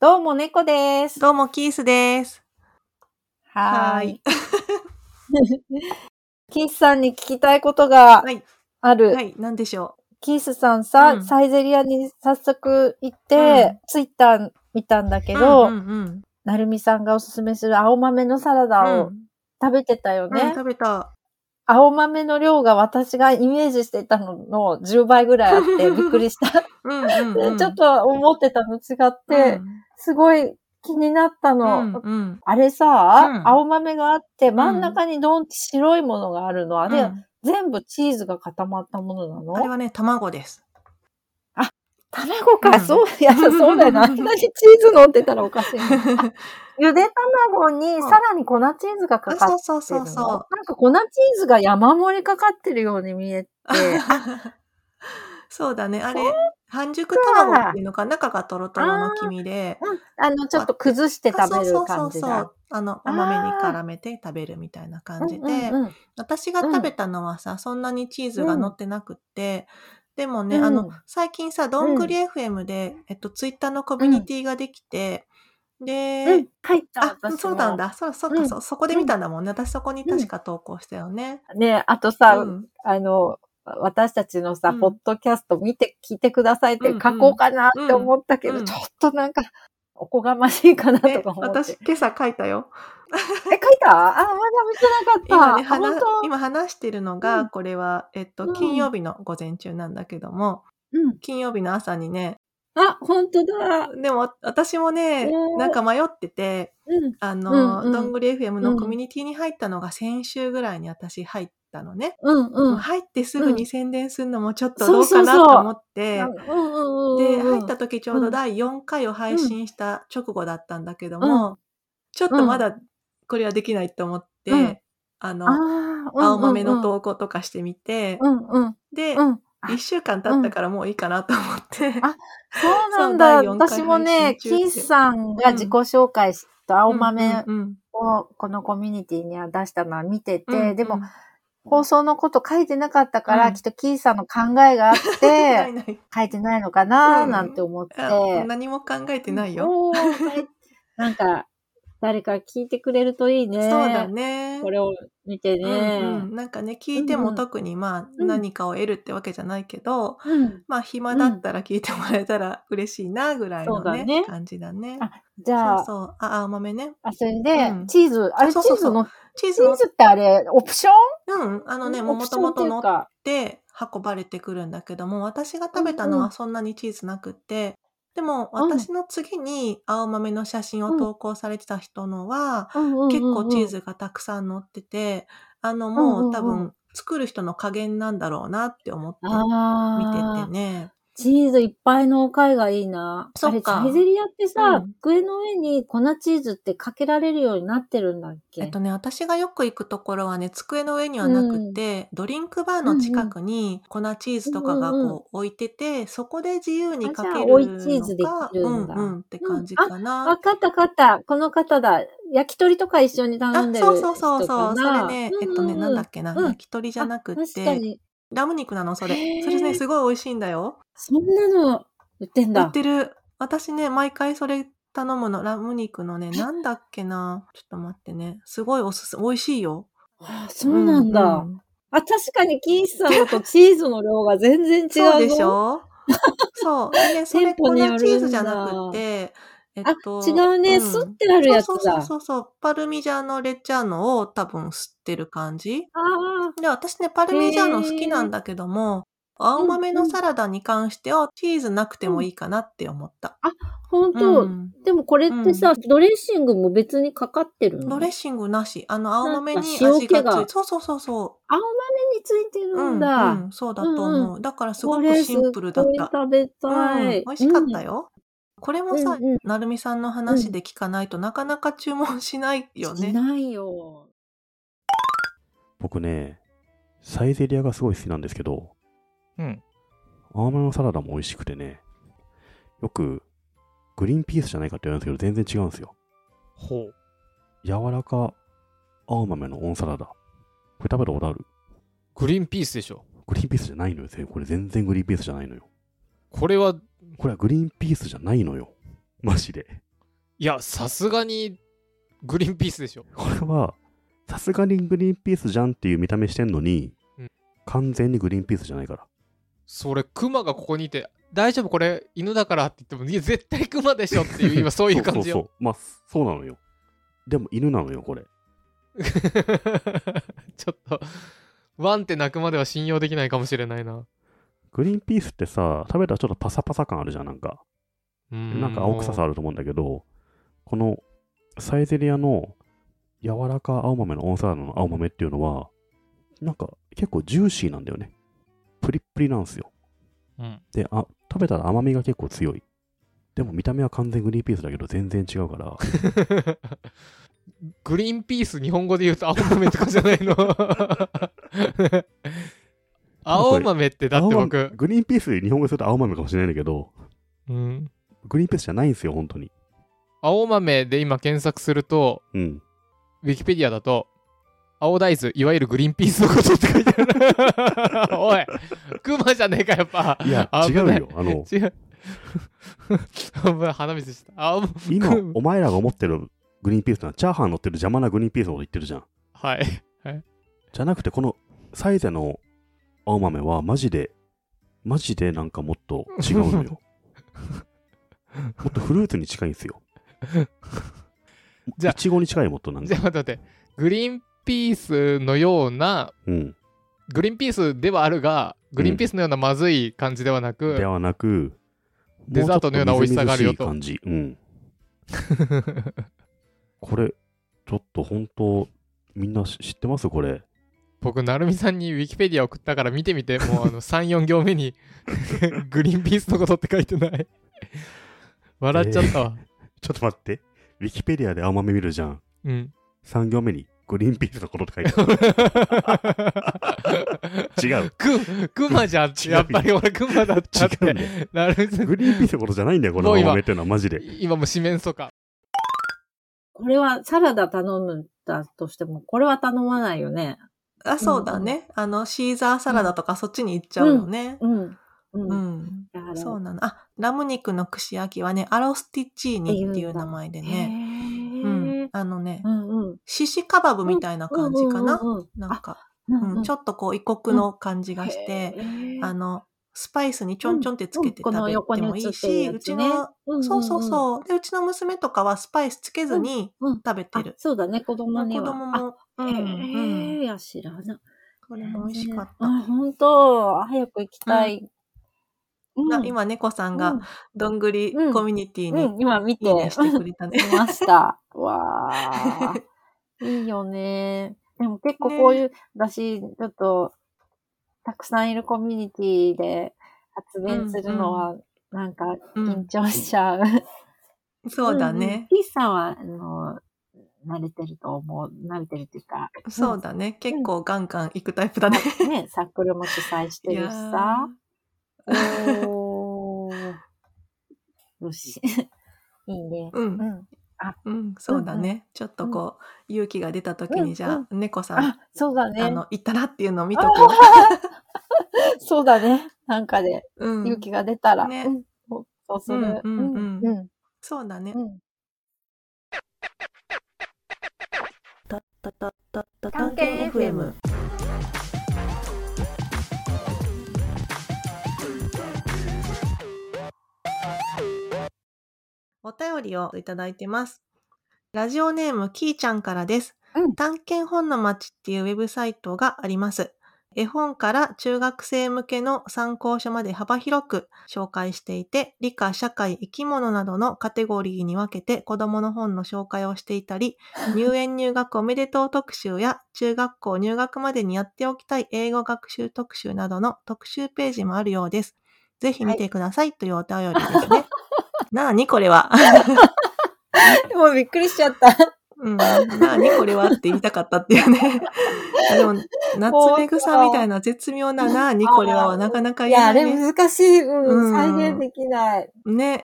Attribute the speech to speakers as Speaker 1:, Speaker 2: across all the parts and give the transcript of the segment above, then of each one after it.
Speaker 1: どうも、猫です。
Speaker 2: どうも、キースです。
Speaker 1: はー
Speaker 2: はー
Speaker 1: い
Speaker 2: い。
Speaker 1: キースさんに聞きたいことが
Speaker 2: はい。
Speaker 1: ある。
Speaker 2: はい。何でしょ
Speaker 1: キースさんさ、
Speaker 2: うん
Speaker 1: サイゼリアに早速行って、ツイッター見たんだけ
Speaker 2: う。
Speaker 1: ど、
Speaker 2: うんうん
Speaker 1: なるみさんがおすすめする青豆のサラ
Speaker 2: う
Speaker 1: ダ
Speaker 2: ん。
Speaker 1: を食べてたよ
Speaker 2: うん
Speaker 1: ね。
Speaker 2: 食べた。
Speaker 1: 青豆の量が私がイメージしてたのの10倍ぐらいあっ てびっくりした。
Speaker 2: うんうんうん。
Speaker 1: ちょっと思ってたの違って、すごい気になった
Speaker 2: うん、
Speaker 1: の。
Speaker 2: うんうん。
Speaker 1: あれさ、
Speaker 2: うん
Speaker 1: 青豆があって、真ん中にどんって白いものがあるの。あれ、
Speaker 2: うん
Speaker 1: 全部チーズが固まったものな
Speaker 2: あれ
Speaker 1: の
Speaker 2: はね、卵です。
Speaker 1: 卵か、
Speaker 2: うん
Speaker 1: そう、いや、そうだよ な。あんなにチーズ乗ってたらおかしいな。ゆで卵にさらに粉チーズがかかっ
Speaker 2: そ
Speaker 1: て
Speaker 2: うそう
Speaker 1: る
Speaker 2: そ
Speaker 1: の
Speaker 2: うそう。
Speaker 1: なんか粉チーズが山盛りかかってるように見 えて、
Speaker 2: そうだね。あれ、半熟卵っていうのか、中がトロトロの黄身で。
Speaker 1: あの、ちょっと崩して
Speaker 2: あ
Speaker 1: 食
Speaker 2: そう
Speaker 1: べ
Speaker 2: そ
Speaker 1: る
Speaker 2: うそ
Speaker 1: 感
Speaker 2: う
Speaker 1: じ
Speaker 2: そ
Speaker 1: だ。
Speaker 2: う。あの、お豆に絡めて食べるみたいな感じで。
Speaker 1: うんうんうん
Speaker 2: 私が食べたのはさ、そんなにチーズが乗ってなくって、でもね、
Speaker 1: うん
Speaker 2: あの、最近さ、どんぐり FM で、えっと、ツイッターのコミュニティができて、で、
Speaker 1: うん、入った。
Speaker 2: あ、
Speaker 1: 私も
Speaker 2: そうなん。だ。そう、そう
Speaker 1: う
Speaker 2: か、
Speaker 1: ん
Speaker 2: そう、そこで見たんだもんね。私そこに確か投稿したよね。
Speaker 1: ねあと
Speaker 2: う
Speaker 1: さ、
Speaker 2: ん。
Speaker 1: あの、私たちのさ、
Speaker 2: うん
Speaker 1: ポッドキャスト見て、聞いてくださいって
Speaker 2: うんうん
Speaker 1: 書こうかなって思ったけど、
Speaker 2: うん
Speaker 1: ちょっとなんか、おこがましいかなと
Speaker 2: え
Speaker 1: か思って。
Speaker 2: 私、
Speaker 1: え、
Speaker 2: 今朝書いたよ。
Speaker 1: 書いたあ、まだ見てなかった。
Speaker 2: 今ね、
Speaker 1: あ本
Speaker 2: 話今話してるの
Speaker 1: う
Speaker 2: が、
Speaker 1: ん
Speaker 2: これは、えっ
Speaker 1: う
Speaker 2: と、
Speaker 1: ん
Speaker 2: 金曜日の午前中なんだけども、
Speaker 1: 当うん。
Speaker 2: 金曜日の朝にね、
Speaker 1: あ、本当だ。
Speaker 2: でも私もね
Speaker 1: う、ん
Speaker 2: なんか迷ってて、
Speaker 1: うん。
Speaker 2: あの、
Speaker 1: うんうん
Speaker 2: どんぐり FM
Speaker 1: う
Speaker 2: の
Speaker 1: ん
Speaker 2: コミュニティに入ったのが先週ぐらいに私入ったのね。
Speaker 1: うんうん。
Speaker 2: 入ってすぐ
Speaker 1: う
Speaker 2: に
Speaker 1: ん
Speaker 2: 宣伝するのもちょっと
Speaker 1: そ
Speaker 2: ど
Speaker 1: う
Speaker 2: うか
Speaker 1: そう
Speaker 2: な
Speaker 1: そう
Speaker 2: と思って、
Speaker 1: うんうんうんうん。
Speaker 2: で、入った時ちょう
Speaker 1: う
Speaker 2: ど
Speaker 1: ん
Speaker 2: 第4回を配信した直後だったんだけども、ちょっとまだこれはできないと思って、
Speaker 1: うん
Speaker 2: あの、
Speaker 1: ああ、
Speaker 2: 青豆の
Speaker 1: と
Speaker 2: 投稿とかしてみて、
Speaker 1: うんうん。
Speaker 2: で、
Speaker 1: うん。
Speaker 2: 1週間経ったからもういいかなと思って。
Speaker 1: あそうなん
Speaker 2: そ
Speaker 1: だ。
Speaker 2: う第四回
Speaker 1: 私もね、
Speaker 2: 配信中って
Speaker 1: 金さんが自己紹介した青豆、
Speaker 2: うんうん
Speaker 1: をこのコミュニティには出したのは見てて、
Speaker 2: うんうん
Speaker 1: でも
Speaker 2: な
Speaker 1: 放送のこと書いてなかったから、
Speaker 2: うん
Speaker 1: きっとキーさんの考えがあっ
Speaker 2: い
Speaker 1: て、
Speaker 2: ない
Speaker 1: 書いてないのかな
Speaker 2: うん
Speaker 1: なんて思って。
Speaker 2: あ何も考えてないよ。
Speaker 1: おーはい なんか、誰か聞いてくれるといいね。
Speaker 2: そうだね。
Speaker 1: これを見てね。
Speaker 2: うんうん、なんかね聞いて
Speaker 1: うんう
Speaker 2: も
Speaker 1: ん
Speaker 2: 特にまあ
Speaker 1: うん
Speaker 2: 何かを得るってわけじゃないけど、
Speaker 1: うん
Speaker 2: まあ暇だったら聞いてもらえたら嬉しいなぐらいの
Speaker 1: そう
Speaker 2: ね,、
Speaker 1: だね
Speaker 2: 感じだね。
Speaker 1: あじゃあ、
Speaker 2: そうそうあ青豆ね
Speaker 1: あそれで、
Speaker 2: うん
Speaker 1: チーズ、あれチ
Speaker 2: そうそ
Speaker 1: ー
Speaker 2: うそ
Speaker 1: ズ
Speaker 2: う
Speaker 1: の、
Speaker 2: チー
Speaker 1: チ
Speaker 2: ズの
Speaker 1: ーズってあれ、オプション
Speaker 2: うんあのねも
Speaker 1: オプシ
Speaker 2: と
Speaker 1: ョン
Speaker 2: も
Speaker 1: ってい
Speaker 2: と
Speaker 1: う
Speaker 2: 乗っ
Speaker 1: か。
Speaker 2: て運ばれてくるんだけども私が食べたの
Speaker 1: うんうん
Speaker 2: はそんなにチーズなくって、でも
Speaker 1: うん
Speaker 2: 私の次に青豆の写真を投稿されてた人のは、
Speaker 1: うんうんうんうん
Speaker 2: 結構チー。ズがたくさん乗っててあのもう、
Speaker 1: うんうんうん
Speaker 2: 多分作る人の加減なんだろうなって思って
Speaker 1: あ
Speaker 2: 見
Speaker 1: あ。
Speaker 2: ててね。
Speaker 1: チーズいっぱいのおかゆがいいな。
Speaker 2: そっか
Speaker 1: あれ、サイゼリアってさ、
Speaker 2: うん
Speaker 1: 机の上に粉チーズってかけられるようになってるんだっけ
Speaker 2: えっとね、私がよく行くところはね、机の上にはなくて、ドリンクバーの近くに粉チーズとかが
Speaker 1: うんうんうん
Speaker 2: こう置いてて、そこで自由にかけ
Speaker 1: あじゃあ
Speaker 2: る
Speaker 1: 追いチーズで
Speaker 2: のか、
Speaker 1: きる
Speaker 2: うんん
Speaker 1: だ
Speaker 2: うんって感じかな。
Speaker 1: わかったわかった。この方だ。焼き鳥とか一緒に頼んでる
Speaker 2: そう
Speaker 1: 人か
Speaker 2: そう
Speaker 1: な。
Speaker 2: そうそう。それね、えっとね、なんだっ
Speaker 1: け
Speaker 2: けな、
Speaker 1: うん
Speaker 2: 焼き鳥じゃなく
Speaker 1: 確か
Speaker 2: て、
Speaker 1: に。
Speaker 2: ラム肉なの、それ
Speaker 1: へー。
Speaker 2: それね、すごい美味しいんだよ。
Speaker 1: そんなの売ってん
Speaker 2: 売
Speaker 1: だ。
Speaker 2: ってる。私ね、毎回それ頼むの、ラム肉のね、なんだっけな。ちょっと待ってね。すごいおすす、美味しいよ。
Speaker 1: あそうなんだ。
Speaker 2: うう
Speaker 1: あ、確かにキースさんのとチーズの量が全然違うぞ。
Speaker 2: そうでし ょそう。でね、それ
Speaker 1: 店舗
Speaker 2: 粉
Speaker 1: に
Speaker 2: チ
Speaker 1: よるんだ
Speaker 2: ーズじゃなくって、えっ
Speaker 1: あ、違うね。す
Speaker 2: 吸
Speaker 1: ってあるやつだ。
Speaker 2: そうそうそうそう。パルミジャーノ・レッジャーノを多分吸ってる感じ。
Speaker 1: あ
Speaker 2: で、私ね、パルミジャーノ好きなんだけども、青豆のサラダに関してはチーズなくてもいいかなって思った。
Speaker 1: あ、本
Speaker 2: う
Speaker 1: 当、
Speaker 2: ん
Speaker 1: でもこれってさ、ドレッシングも別にかかってるの
Speaker 2: ドレッシングなし。あの、青豆に
Speaker 1: なんか
Speaker 2: 味
Speaker 1: 塩気
Speaker 2: が
Speaker 1: が
Speaker 2: ついて。そうそうそうそ
Speaker 1: 青豆について
Speaker 2: う。
Speaker 1: るんだ。
Speaker 2: うん、そうだと思う。
Speaker 1: うん
Speaker 2: だからす
Speaker 1: こ
Speaker 2: ご
Speaker 1: れ
Speaker 2: くシンプルだっ
Speaker 1: す。
Speaker 2: た
Speaker 1: ごい食べたい。
Speaker 2: うん、美味しかった
Speaker 1: よ。
Speaker 2: よ。これもさ、
Speaker 1: うんうん
Speaker 2: なるみさんの話で聞かないとなかなか注文しないよ
Speaker 1: し
Speaker 2: ね。
Speaker 1: ないよ。
Speaker 3: 僕ね、サイゼリアがすごい好きなんですけど、
Speaker 4: うん。
Speaker 3: 青豆のサラダも美味しくてね、よく、グリーンピースじゃないかって言われるんですけど、全然違うんですよ。
Speaker 4: ほう。
Speaker 3: 柔らか青豆のオンサラダ。これ食べたことある
Speaker 4: グリーンピースでしょ。
Speaker 3: グリーンピースじゃないのよ。ぜこれ全然グリーンピースじゃないのよ。
Speaker 4: これは、
Speaker 3: これはグリーンピースじゃないのよ。マジで。
Speaker 4: いや、さすがにグリーンピースでしょ。
Speaker 3: これは、さすがにグリーンピースじゃんっていう見た目してんのに、
Speaker 4: うん
Speaker 3: 完全にグリーンピースじゃないから。
Speaker 4: それ、クマがここにいて、大丈夫これ、犬だからって言っても、いや、絶対クマでしょっていう、今、そういう感 じ
Speaker 3: そう
Speaker 4: よ。
Speaker 3: そうそう。まあ、そうなのよ。でも犬なのよ、これ。
Speaker 4: ちょっと、ワンって鳴くまでは信用できないかもしれないな。
Speaker 3: グリーンピースってさ、食べたらちょっとパサパサ感あるじゃん、なんか。
Speaker 4: うん
Speaker 3: なんか青臭さあると思うんだけど、このサイゼリアの柔らか青豆のオンサラダの青豆っていうのは、なんか結構ジューシーなんだよね。プリップリなんですよ。
Speaker 4: うん
Speaker 3: で、あ、食べたら甘みが結構強い。でも見た目は完全グリーンピースだけど全然違うから、
Speaker 4: グリーンピース、日本語で言うと青豆とかじ ゃないの。青豆ってだって
Speaker 3: 青豆
Speaker 4: 僕、
Speaker 3: グリーンピース日本語にすると青豆かもしれないんだけど、
Speaker 4: うん、
Speaker 3: グリーンピースじゃないんですよ、本当に。
Speaker 4: 青豆で今検索すると、
Speaker 3: うん。
Speaker 4: ウィキペディアだと、青大豆、いわゆるグリーンピースのことって書いてある。 おい、クマじゃねえか、やっぱ。
Speaker 3: いや、違
Speaker 4: 危
Speaker 3: う
Speaker 4: ない
Speaker 3: よ。あの、
Speaker 4: 違う。 危ない鼻水した。あ、もう
Speaker 3: 今、お前らが思ってるグリーンピースってのは、チャーハン乗ってる邪魔なグリーンピースのこと言ってるじゃん。
Speaker 4: はい。
Speaker 3: じゃなくて、このサイゼの青豆は、マジで、マジでなんかもっと違う のよ。もっとフルーツに近いんですよ。
Speaker 4: じゃあ
Speaker 3: いちごに近いもっとなん
Speaker 4: じゃ
Speaker 3: か。
Speaker 4: あ待って待って。グリーンピースのような、
Speaker 3: うん。
Speaker 4: グリーンピースではあるが、グリーンピースのようなまずい感じではなく、
Speaker 3: ではなく、
Speaker 4: デザートのような美味しさがあるよと
Speaker 3: もうちょっみずみずしい感じ。うん。 これ、ちょっと本当、みんな知ってますこれ。
Speaker 4: 僕、なるみさんにウィキペディア送ったから見てみて、もうあの 3、4行目にグリーンピースのことって書いてない。 笑っちゃったわ。
Speaker 3: ちょっと待って。ウィキペディアで青豆見るじゃん。
Speaker 4: うん。
Speaker 3: 3行目にグリーンピースのことって書いてある。違う。
Speaker 4: く、くまじゃんって、
Speaker 3: 違う
Speaker 4: やっぱり俺くま だった っ
Speaker 3: 違うん
Speaker 4: て。
Speaker 3: だよ。
Speaker 4: なるみさん、
Speaker 3: グリーンピースのことじゃないんだよ、この
Speaker 4: もう
Speaker 3: 青
Speaker 4: 今
Speaker 3: 豆っていうのはマジで。
Speaker 4: 今もう四面楚歌。
Speaker 1: これはサラダ頼むんだとしても、これは頼まないよね。
Speaker 2: あ、そうだね。あの、シーザーサラダとかそっちに行っちゃうよね。
Speaker 1: うん。う。
Speaker 2: うんん。
Speaker 1: だから
Speaker 2: そうなの。あ、ラム肉の串焼きはね、アロスティッチーニっていう名前でね。
Speaker 1: へ
Speaker 2: う
Speaker 1: ー
Speaker 2: ん。あのね
Speaker 1: う、んうん。
Speaker 2: シシカバブみたいな感じかな
Speaker 1: う。んうんうんうん
Speaker 2: なんか、
Speaker 1: う
Speaker 2: うん
Speaker 1: うん
Speaker 2: ちょっとこう異国の感じがして、
Speaker 1: へー
Speaker 2: あの、スパイスにちょんちょんってつけて
Speaker 1: うん
Speaker 2: 食べてもいいし、
Speaker 1: うんこの横に映ってるや
Speaker 2: う
Speaker 1: つ
Speaker 2: ち
Speaker 1: ね
Speaker 2: の、
Speaker 1: うんうん
Speaker 2: そうそうそう。で、うちの娘とかはスパイスつけずに
Speaker 1: うんうん
Speaker 2: 食べて
Speaker 1: あ
Speaker 2: る。
Speaker 1: そうだね、子供に
Speaker 2: 子
Speaker 1: は。
Speaker 2: 供も、う
Speaker 1: あ
Speaker 2: ん、
Speaker 1: へ
Speaker 2: うん。
Speaker 1: ーいや、知らな。
Speaker 2: これも美味しかっ
Speaker 1: あ、
Speaker 2: た。
Speaker 1: 本当早く行きたい。う
Speaker 2: あ、今、猫さんが、どんぐり
Speaker 1: うん
Speaker 2: コミュニティ
Speaker 1: うん、
Speaker 2: に
Speaker 1: うん今見て、
Speaker 2: いいねしてく
Speaker 1: 見
Speaker 2: れたね。
Speaker 1: ました。わあ。いいよね。でも結構こういう、私、ちょっと、たくさんいるコミュニティで発言するのは、なんか緊張しちゃう。
Speaker 2: そうだね。
Speaker 1: うん。P さんは、あの、慣れてると思う。慣れてるっていうか。
Speaker 2: そうだね。結構ガンガン行くタイプだね。
Speaker 1: ね。ね、サークルも主催して
Speaker 2: い
Speaker 1: る
Speaker 2: や
Speaker 1: し
Speaker 2: ー
Speaker 1: さ。おーよし。 いいね。
Speaker 2: う、
Speaker 1: うんん。
Speaker 2: うん、そうだね。ちょっとこう、勇気が出た時に、じゃあ、猫さん
Speaker 1: あ、、そうだね
Speaker 2: あ。の、行ったらっていうのを見とこ
Speaker 1: そうだね。なんかで、
Speaker 2: う。うん
Speaker 1: 勇気が出たら。
Speaker 2: ね
Speaker 1: うんそうそうする。
Speaker 2: うんうんうん
Speaker 1: うん。
Speaker 2: そうだね
Speaker 1: う。ん。
Speaker 5: 探検 FM
Speaker 2: お便りをいただいてます。ラジオネームきーちゃんからです。
Speaker 1: うん
Speaker 2: 探検本の街っていうウェブサイトがあります。絵本から中学生向けの参考書まで幅広く紹介していて、理科、社会、生き物などのカテゴリーに分けて子供の本の紹介をしてい たり、入園入学おめでとう特集や中学校入学までにやっておきたい英語学習特集などの特集ページもあるようです。ぜひ見てくださいというお便りで すね。なあにこれは。
Speaker 1: もうびっくりしちゃった。
Speaker 2: うん。 なあにこれはって言いたかったっていうね。 でも、夏目ぐさみたいな絶妙ななあにこれははなかな か
Speaker 1: い
Speaker 2: 言え
Speaker 1: や、
Speaker 2: な
Speaker 1: あ
Speaker 2: い
Speaker 1: れ
Speaker 2: ね。
Speaker 1: 難しい。う。
Speaker 2: うんん
Speaker 1: 再現できない。
Speaker 2: ね。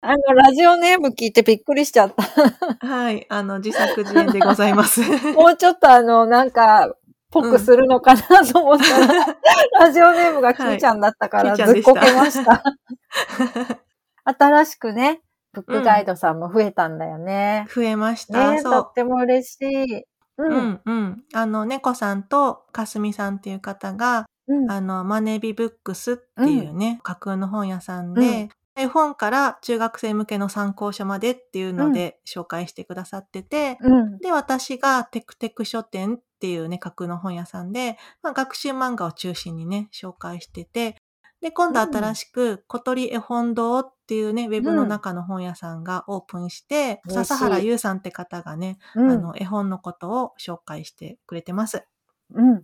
Speaker 1: あの、ラジオネーム聞いてびっくりしちゃった。
Speaker 2: はい。あの、自作自演でござ います。
Speaker 1: もうちょっとあの、なんか、ぽくするのかなと思ったら、ラジオネームがキーちゃんだったから、
Speaker 2: はい
Speaker 1: ずっこけました。新しくね、ブックガイドさんも増えたんだよね。
Speaker 2: 増えまし
Speaker 1: ね
Speaker 2: た。
Speaker 1: え
Speaker 2: そ
Speaker 1: と
Speaker 2: う
Speaker 1: っ。ても嬉しい。う。
Speaker 2: うんんうん。あの、猫さんとかすみさんっていう方が、
Speaker 1: うん。
Speaker 2: あの、マネビブックスっていうね、架空の本屋さん
Speaker 1: う
Speaker 2: で
Speaker 1: ん、
Speaker 2: 絵本から中学生向けの参考書までっていうので紹介してくださってて、
Speaker 1: うん。
Speaker 2: で、私がテクテク書店っていうね、架空の本屋さんで、まあ、学習漫画を中心にね、紹介してて、で、今度
Speaker 1: うん
Speaker 2: 新しく、小鳥絵本堂っていうね、ウェブの
Speaker 1: うん
Speaker 2: 中の本屋さんがオープンして、
Speaker 1: 嬉しい
Speaker 2: 笹原優さんって方がね、
Speaker 1: うん
Speaker 2: あの、絵本のことを紹介してくれてます。
Speaker 1: うん。
Speaker 2: ね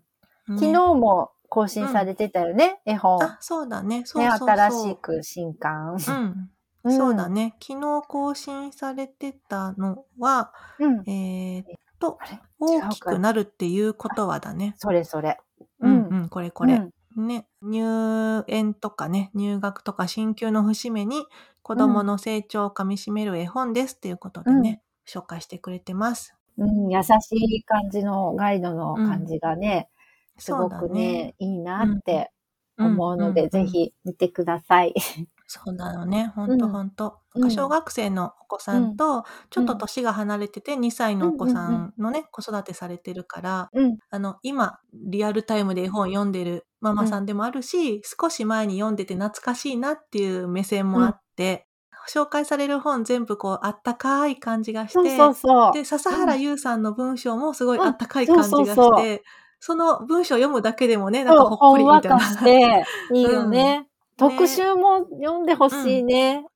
Speaker 1: 昨日も更新されてたよね、絵本。
Speaker 2: あ、そうだね。そう
Speaker 1: ね、
Speaker 2: そうそう。
Speaker 1: 新しく新刊。
Speaker 2: うん。
Speaker 1: ん
Speaker 2: そうだ。ね。昨日更新されてたのは、
Speaker 1: うん。
Speaker 2: えーっと、
Speaker 1: あれ
Speaker 2: 大きくなるっていうことはだね。
Speaker 1: それそれ。
Speaker 2: うんうん、これこれ。
Speaker 1: うん
Speaker 2: ね、入園とかね、入学とか進級の節目に子供の成長をかみしめる絵本ですっていうことでね、紹介してくれてます。
Speaker 1: うん、優しい感じのガイドの感じがね、すご
Speaker 2: そ
Speaker 1: く
Speaker 2: うだ
Speaker 1: ね、いいなって思うの
Speaker 2: ん
Speaker 1: で、
Speaker 2: ん
Speaker 1: ぜひ見てください。
Speaker 2: そうなのね。ほんと
Speaker 1: うん
Speaker 2: ほんと。
Speaker 1: うん
Speaker 2: なんか小学生のお子さんと、ちょっと年が離れてて、2歳のお子さんのね、子育てされてるから、
Speaker 1: うん。
Speaker 2: あの、今、リアルタイムで絵本読んでるママさんでもあるし、少し前に読んでて懐かしいなっていう目線もあって、紹介される本全部こう、あったかい感じがして、
Speaker 1: そうそうそう。
Speaker 2: で、笹原優さんの文章もすごい
Speaker 1: うん
Speaker 2: あったかい感じがして、
Speaker 1: そう
Speaker 2: そ
Speaker 1: そうそ
Speaker 2: の文章を読むだけでもね、なんか
Speaker 1: そう、
Speaker 2: ほっ
Speaker 1: ほ
Speaker 2: こり
Speaker 1: ん
Speaker 2: み
Speaker 1: わ
Speaker 2: たいな
Speaker 1: か。して、いいよね。特集も読んでほしいね。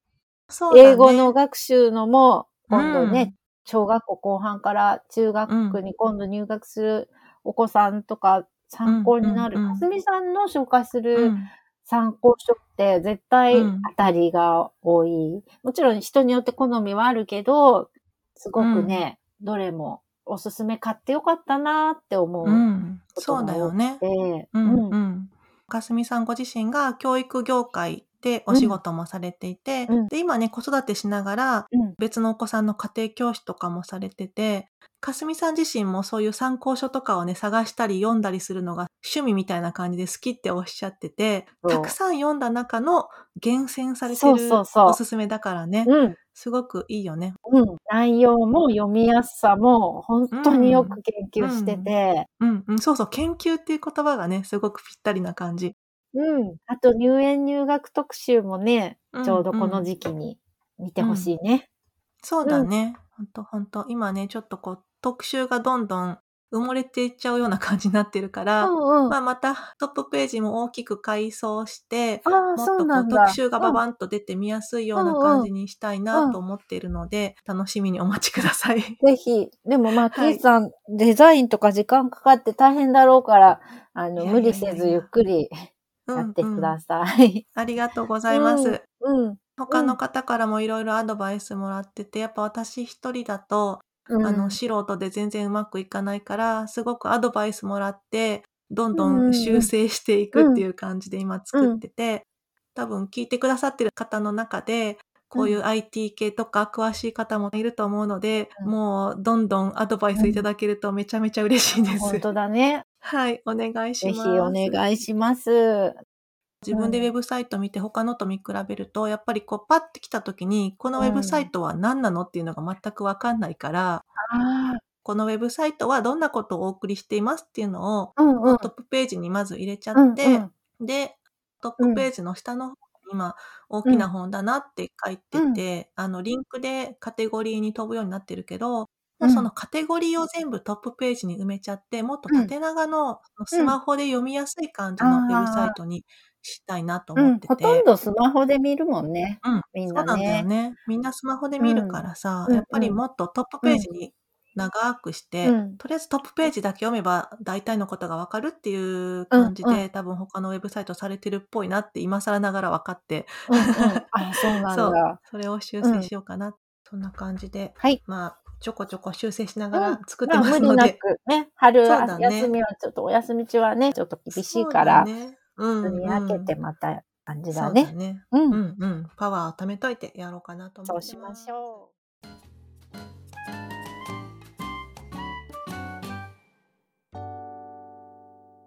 Speaker 2: そうだね
Speaker 1: 英語の学習のも、今度ね、
Speaker 2: うん
Speaker 1: 小学校後半から中学に今度入学するお子さんとか参考になる。
Speaker 2: うんうんうん
Speaker 1: かすみさんの紹介す
Speaker 2: う
Speaker 1: る
Speaker 2: ん
Speaker 1: 参考書って絶対
Speaker 2: うん
Speaker 1: 当たりが多い。もちろん人によって好みはあるけど、すごくね、どれもおすすめ買ってよかったなって思う
Speaker 2: う
Speaker 1: の
Speaker 2: ん、そうだよね。
Speaker 1: で、
Speaker 2: うんうん、かすみさんご自身が教育業界でお仕事もされていて、
Speaker 1: うん
Speaker 2: で今ね子育てしながら
Speaker 1: うん
Speaker 2: 別のお子さんの家庭教師とかもされててかすみさん自身もそういう参考書とかをね探したり読んだりするのが趣味みたいな感じで好きっておっしゃってて
Speaker 1: そう
Speaker 2: たくさん読んだ中の厳選されて
Speaker 1: そう
Speaker 2: る
Speaker 1: そうそう
Speaker 2: おすすめだからね
Speaker 1: うん。
Speaker 2: すごくいいよね。
Speaker 1: うん。内容も読みやすさも本当によく研究してて、
Speaker 2: うんうん、そうそう研究っていう言葉がねすごくぴったりな感じ。
Speaker 1: うん。あと入園入学特集もね、
Speaker 2: うん
Speaker 1: ちょうどこの時期に見てほしいね。
Speaker 2: そうだね。ほんとほんと。今ね、ちょっとこう、特集がどんどん埋もれていっちゃうような感じになってるか
Speaker 1: う
Speaker 2: ら、
Speaker 1: んうん。
Speaker 2: ま
Speaker 1: あ
Speaker 2: あ、またトップページも大きく改装して、
Speaker 1: あ、
Speaker 2: もっ
Speaker 1: そ
Speaker 2: と
Speaker 1: う
Speaker 2: こ
Speaker 1: な
Speaker 2: うん
Speaker 1: だ。
Speaker 2: 特集がババンと出て見やすいような感じにしたいなと思っているので、楽しみにお待ちくださ い。
Speaker 1: ぜひ、でもまあ、キ
Speaker 2: はい
Speaker 1: ーさん、デザインとか時間かかって大変だろうから、あ
Speaker 2: いや
Speaker 1: の、
Speaker 2: いや
Speaker 1: 無理せずゆっくり
Speaker 2: うん
Speaker 1: やってく
Speaker 2: う
Speaker 1: だ
Speaker 2: ん
Speaker 1: さい。
Speaker 2: ありがとうございます。
Speaker 1: んうん。
Speaker 2: 他の方からもいろいろアドバイスもらってて、やっぱ私一人だと、
Speaker 1: うん
Speaker 2: あの、素人で全然うまくいかないから、すごくアドバイスもらって、どんど
Speaker 1: うんうんうんん
Speaker 2: 修正していくっていう感じで今作ってて、多分聞いてくださってる方の中で、こういう IT 系とか詳しい方もいると思うので、
Speaker 1: うん
Speaker 2: もうどんどんアドバイスいただけるとめちゃめちゃ嬉しいです。
Speaker 1: 本当だね。
Speaker 2: はい、お願いし
Speaker 1: ぜ
Speaker 2: ま
Speaker 1: ひ
Speaker 2: す。
Speaker 1: お願いします。
Speaker 2: 自分でウェブサイト見て他のと見比べると、やっぱりこうパッて来た時に、このウェブサイトは何なのっていうのが全くわかんないから、
Speaker 1: あ
Speaker 2: このウェブサイトはどんなことをお送りしていますっていうのを
Speaker 1: あ、うんうん。
Speaker 2: トップページにまず入れちゃ
Speaker 1: うん
Speaker 2: っ
Speaker 1: う
Speaker 2: て、
Speaker 1: ん
Speaker 2: で、トップページの下の方に今大きな本だなって書いてて、あの、リンクでカテゴリーに飛ぶようになってるけど、
Speaker 1: うん
Speaker 2: そのカテゴリーを全部トップページに埋めちゃって、もっと縦長のそのスマホで読みやすい感じのウェブサイトにしたいなと
Speaker 1: う
Speaker 2: 思っ
Speaker 1: ん。
Speaker 2: て
Speaker 1: ほ
Speaker 2: て。
Speaker 1: とんどスマホで見るもんね。
Speaker 2: うん
Speaker 1: みん
Speaker 2: そう
Speaker 1: な
Speaker 2: なんだ
Speaker 1: ね。
Speaker 2: よね。みんなスマホで見るからさ、
Speaker 1: うん
Speaker 2: やっぱりもっとトップページに長くして、
Speaker 1: うん
Speaker 2: とりあえずトップページだけ読めば大体のことがわかるっていう感じで、
Speaker 1: うんう
Speaker 2: 多分他のウェブサイトされてるっぽいなって今更ながら分かって、
Speaker 1: うんうん。 あ、そうなん
Speaker 2: そう
Speaker 1: だ。、
Speaker 2: それを修正しようかな。そんな感じで、
Speaker 1: はい。
Speaker 2: まあ、ちょこちょこ修正しながら作って
Speaker 1: まあ
Speaker 2: ま
Speaker 1: 無
Speaker 2: す
Speaker 1: 理
Speaker 2: の
Speaker 1: な
Speaker 2: で。
Speaker 1: くね、春
Speaker 2: そうだね
Speaker 1: 休みはちょっとお休み中はね、ちょっと厳しいか
Speaker 2: そ
Speaker 1: ら、
Speaker 2: うだねうん
Speaker 1: 組み分けてまた感じだ
Speaker 2: うんそう
Speaker 1: ね。
Speaker 2: だね。
Speaker 1: う。
Speaker 2: うんんうん。パワーを貯めといてやろうかなと思
Speaker 1: そ
Speaker 2: っ
Speaker 1: う
Speaker 2: て
Speaker 1: しましょう。